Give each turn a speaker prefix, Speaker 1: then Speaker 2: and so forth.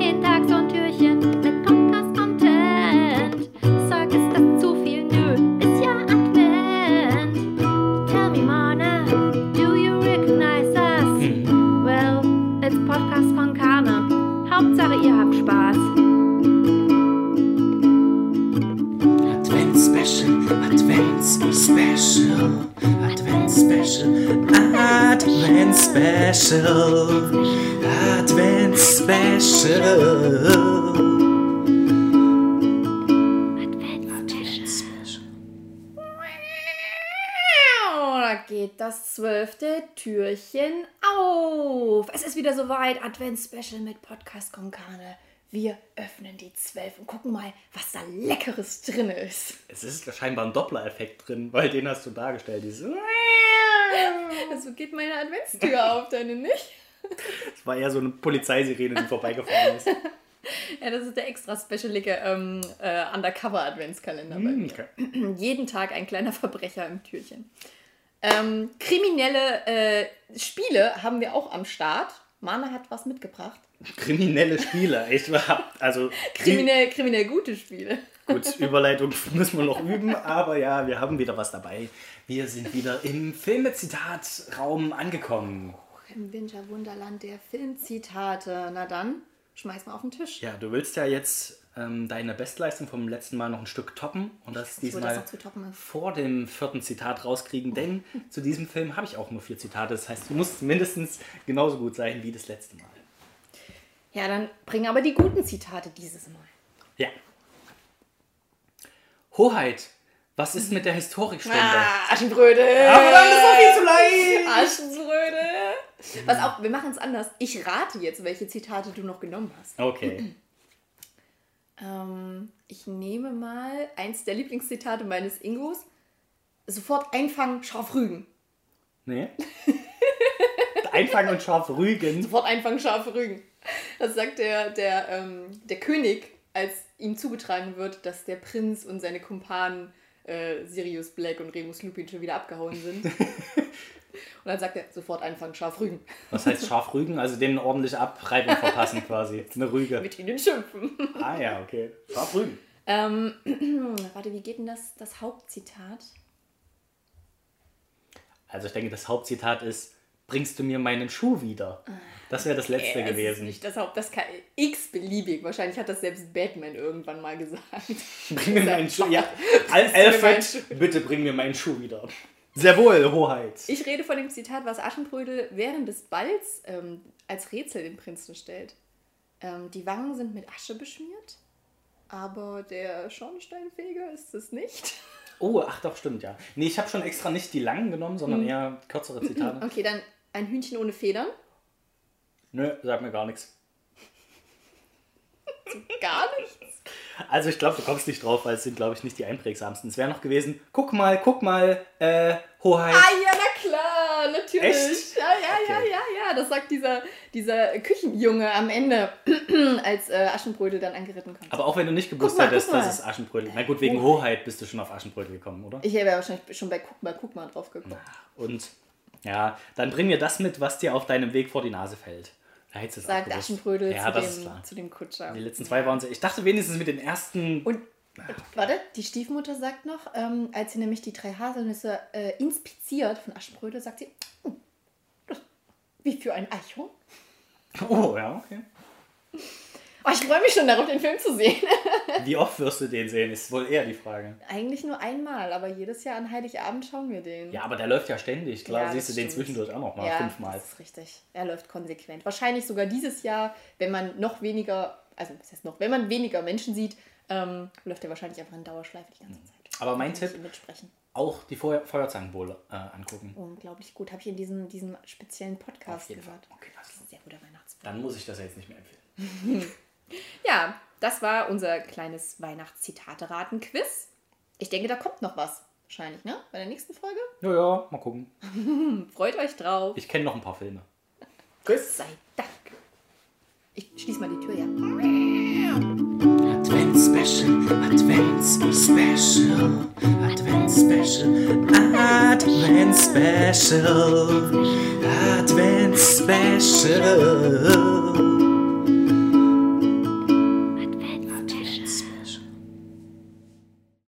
Speaker 1: Jeden Tag so ein Türchen mit Podcast-Content. Sag, ist das zu viel? Nö, ist ja Advent. Tell me, Mona, do you recognize us? Well, it's Podcast von Karne. Hauptsache, ihr habt Spaß.
Speaker 2: Advent Special, Advent Special, Advent Special, Advent Special, Advent Special.
Speaker 3: Da geht das zwölfte Türchen auf. Es ist wieder soweit. Advents-Special mit Podcast Konkane. Wir öffnen die zwölf und gucken mal, was da Leckeres drin ist.
Speaker 2: Es ist scheinbar ein Doppler-Effekt drin, weil den hast du dargestellt. Dieses
Speaker 3: Also geht meine Adventstür auf, deine nicht?
Speaker 2: das war eher so eine Polizeisirene, die vorbeigefahren ist.
Speaker 3: Ja, das ist der extra specialige ähm, äh, Undercover-Adventskalender bei mir.
Speaker 2: Okay.
Speaker 3: Jeden Tag ein kleiner Verbrecher im Türchen. Ähm, kriminelle äh, Spiele haben wir auch am Start. Mana hat was mitgebracht.
Speaker 2: Kriminelle Spieler. Ich war, also Krim
Speaker 3: Kriminell, kriminell gute Spiele.
Speaker 2: gut, Überleitung müssen wir noch üben, aber ja, wir haben wieder was dabei. Wir sind wieder im Filmezitatraum angekommen.
Speaker 3: Im Winterwunderland der Filmzitate. Na dann, schmeiß mal auf den Tisch.
Speaker 2: Ja, du willst ja jetzt ähm, deine Bestleistung vom letzten Mal noch ein Stück toppen und das
Speaker 3: nicht, wo das
Speaker 2: diesmal
Speaker 3: noch zu toppen ist.
Speaker 2: vor dem vierten Zitat rauskriegen, denn zu diesem Film habe ich auch nur vier Zitate. Das heißt, du musst mindestens genauso gut sein wie das letzte Mal.
Speaker 3: Ja, dann bring aber die guten Zitate dieses Mal.
Speaker 2: Ja. Hoheit, was ist mit der Historikstunde?
Speaker 3: Mhm. Ah, Aschenbrödel!
Speaker 2: Aber dann ist doch viel zu leicht!
Speaker 3: Ah. Aschenbrödel! Was auch, wir machen es anders. Ich rate jetzt, welche Zitate du noch genommen hast.
Speaker 2: Okay.
Speaker 3: Ähm, ich nehme mal eins der Lieblingszitate meines Ingos. Sofort einfangen, scharf rügen.
Speaker 2: Nee. Einfangen und scharf rügen.
Speaker 3: Sofort einfangen, scharf rügen. Das sagt der, der, ähm, der König, als ihm zugetragen wird, dass der Prinz und seine Kumpanen äh, Sirius Black und Remus Lupin schon wieder abgehauen sind. und dann sagt er, sofort einfangen, scharf rügen.
Speaker 2: Was heißt scharf rügen? Also denen ordentliche Abreibung verpassen quasi. Eine Rüge.
Speaker 3: Mit ihnen schimpfen.
Speaker 2: Ah ja, okay. Scharf rügen.
Speaker 3: Ähm, warte, wie geht denn das, das Hauptzitat?
Speaker 2: Also ich denke, das Hauptzitat ist, bringst du mir meinen Schuh wieder? Das wäre das letzte
Speaker 3: Äh, es ist
Speaker 2: gewesen.
Speaker 3: Nicht das Haupt, das kann x-beliebig. Wahrscheinlich hat das selbst Batman irgendwann mal gesagt.
Speaker 2: Bring mir meinen Schuh. Ja,
Speaker 3: mir meinen
Speaker 2: Alfred, bitte bring mir meinen Schuh wieder. Sehr wohl, Hoheit.
Speaker 3: Ich rede von dem Zitat, was Aschenbrödel während des Balls ähm, als Rätsel dem Prinzen stellt. Ähm, die Wangen sind mit Asche beschmiert, aber der Schornsteinfeger ist es nicht.
Speaker 2: Oh, ach doch, stimmt, ja. Nee, ich habe schon extra nicht die langen genommen, sondern eher kürzere Zitate.
Speaker 3: Okay, dann ein Hühnchen ohne Federn.
Speaker 2: Nö, sag mir gar nichts.
Speaker 3: Gar nicht.
Speaker 2: Also ich glaube, du kommst nicht drauf, weil es sind, glaube ich, nicht die einprägsamsten. Es wäre noch gewesen, guck mal, guck mal, äh, Hoheit.
Speaker 3: Ah ja, na klar, natürlich.
Speaker 2: Echt?
Speaker 3: Ja, ja, ja,
Speaker 2: Okay.
Speaker 3: ja, ja. Das sagt dieser, dieser Küchenjunge am Ende, als äh, Aschenbrödel dann angeritten kommt.
Speaker 2: Aber auch wenn du nicht gewusst
Speaker 3: Guck mal,
Speaker 2: hättest,
Speaker 3: guck mal. Oh.
Speaker 2: dass es Aschenbrödel. Na gut, wegen Hoheit bist du schon auf Aschenbrödel gekommen, oder?
Speaker 3: Ich wäre wahrscheinlich schon bei Guck mal, guck mal drauf gekommen.
Speaker 2: Und ja, dann bring mir das mit, was dir auf deinem Weg vor die Nase fällt. Da hättest du es auch
Speaker 3: Sagt
Speaker 2: gewusst.
Speaker 3: Aschenbrödel
Speaker 2: Ja, das
Speaker 3: zu,
Speaker 2: ist
Speaker 3: dem,
Speaker 2: klar.
Speaker 3: zu dem Kutscher.
Speaker 2: Die letzten zwei waren so. Ich dachte wenigstens mit dem ersten.
Speaker 3: Und warte, die Stiefmutter sagt noch, ähm, als sie nämlich die drei Haselnüsse äh, inspiziert von Aschenbrödel, sagt sie, "Hm, das- wie für ein Eichhorn.
Speaker 2: Oh, ja, okay.
Speaker 3: Oh, ich freue mich schon darauf, den Film zu sehen.
Speaker 2: Wie oft wirst du den sehen, ist wohl eher die Frage.
Speaker 3: Eigentlich nur einmal, aber jedes Jahr an Heiligabend schauen wir den.
Speaker 2: Ja, aber der läuft ja ständig. Klar,
Speaker 3: Ja,
Speaker 2: siehst du
Speaker 3: das
Speaker 2: den
Speaker 3: stimmt.
Speaker 2: zwischendurch auch nochmal
Speaker 3: ja,
Speaker 2: fünfmal.
Speaker 3: Das ist richtig. Er läuft konsequent. Wahrscheinlich sogar dieses Jahr, wenn man noch weniger, also was heißt noch, wenn man weniger Menschen sieht, ähm, läuft er wahrscheinlich einfach in Dauerschleife die ganze Zeit.
Speaker 2: Hm. Aber mein
Speaker 3: Kann ich
Speaker 2: Tipp-
Speaker 3: Mitsprechen.
Speaker 2: Auch die Feuer Feuerzangenbowle äh, angucken.
Speaker 3: Unglaublich gut. Habe ich in diesem, diesem speziellen
Speaker 2: Auf
Speaker 3: Podcast
Speaker 2: jeden Fall.
Speaker 3: gehört.
Speaker 2: Okay,
Speaker 3: Das
Speaker 2: also,
Speaker 3: ist ein sehr guter Weihnachtsfilm.
Speaker 2: dann muss ich das ja jetzt nicht mehr empfehlen.
Speaker 3: Ja, das war unser kleines Weihnachtszitate-Raten-Quiz. Ich denke, da kommt noch was. Wahrscheinlich, ne? Bei der nächsten Folge.
Speaker 2: Ja, ja, mal gucken.
Speaker 3: Freut euch drauf.
Speaker 2: Ich kenne noch ein paar Filme.
Speaker 3: Tschüss. Sei Dank. Ich schließ mal die Tür, ja.
Speaker 2: Adventspecial, Adventspecial, Adventspecial, Adventspecial, Adventspecial.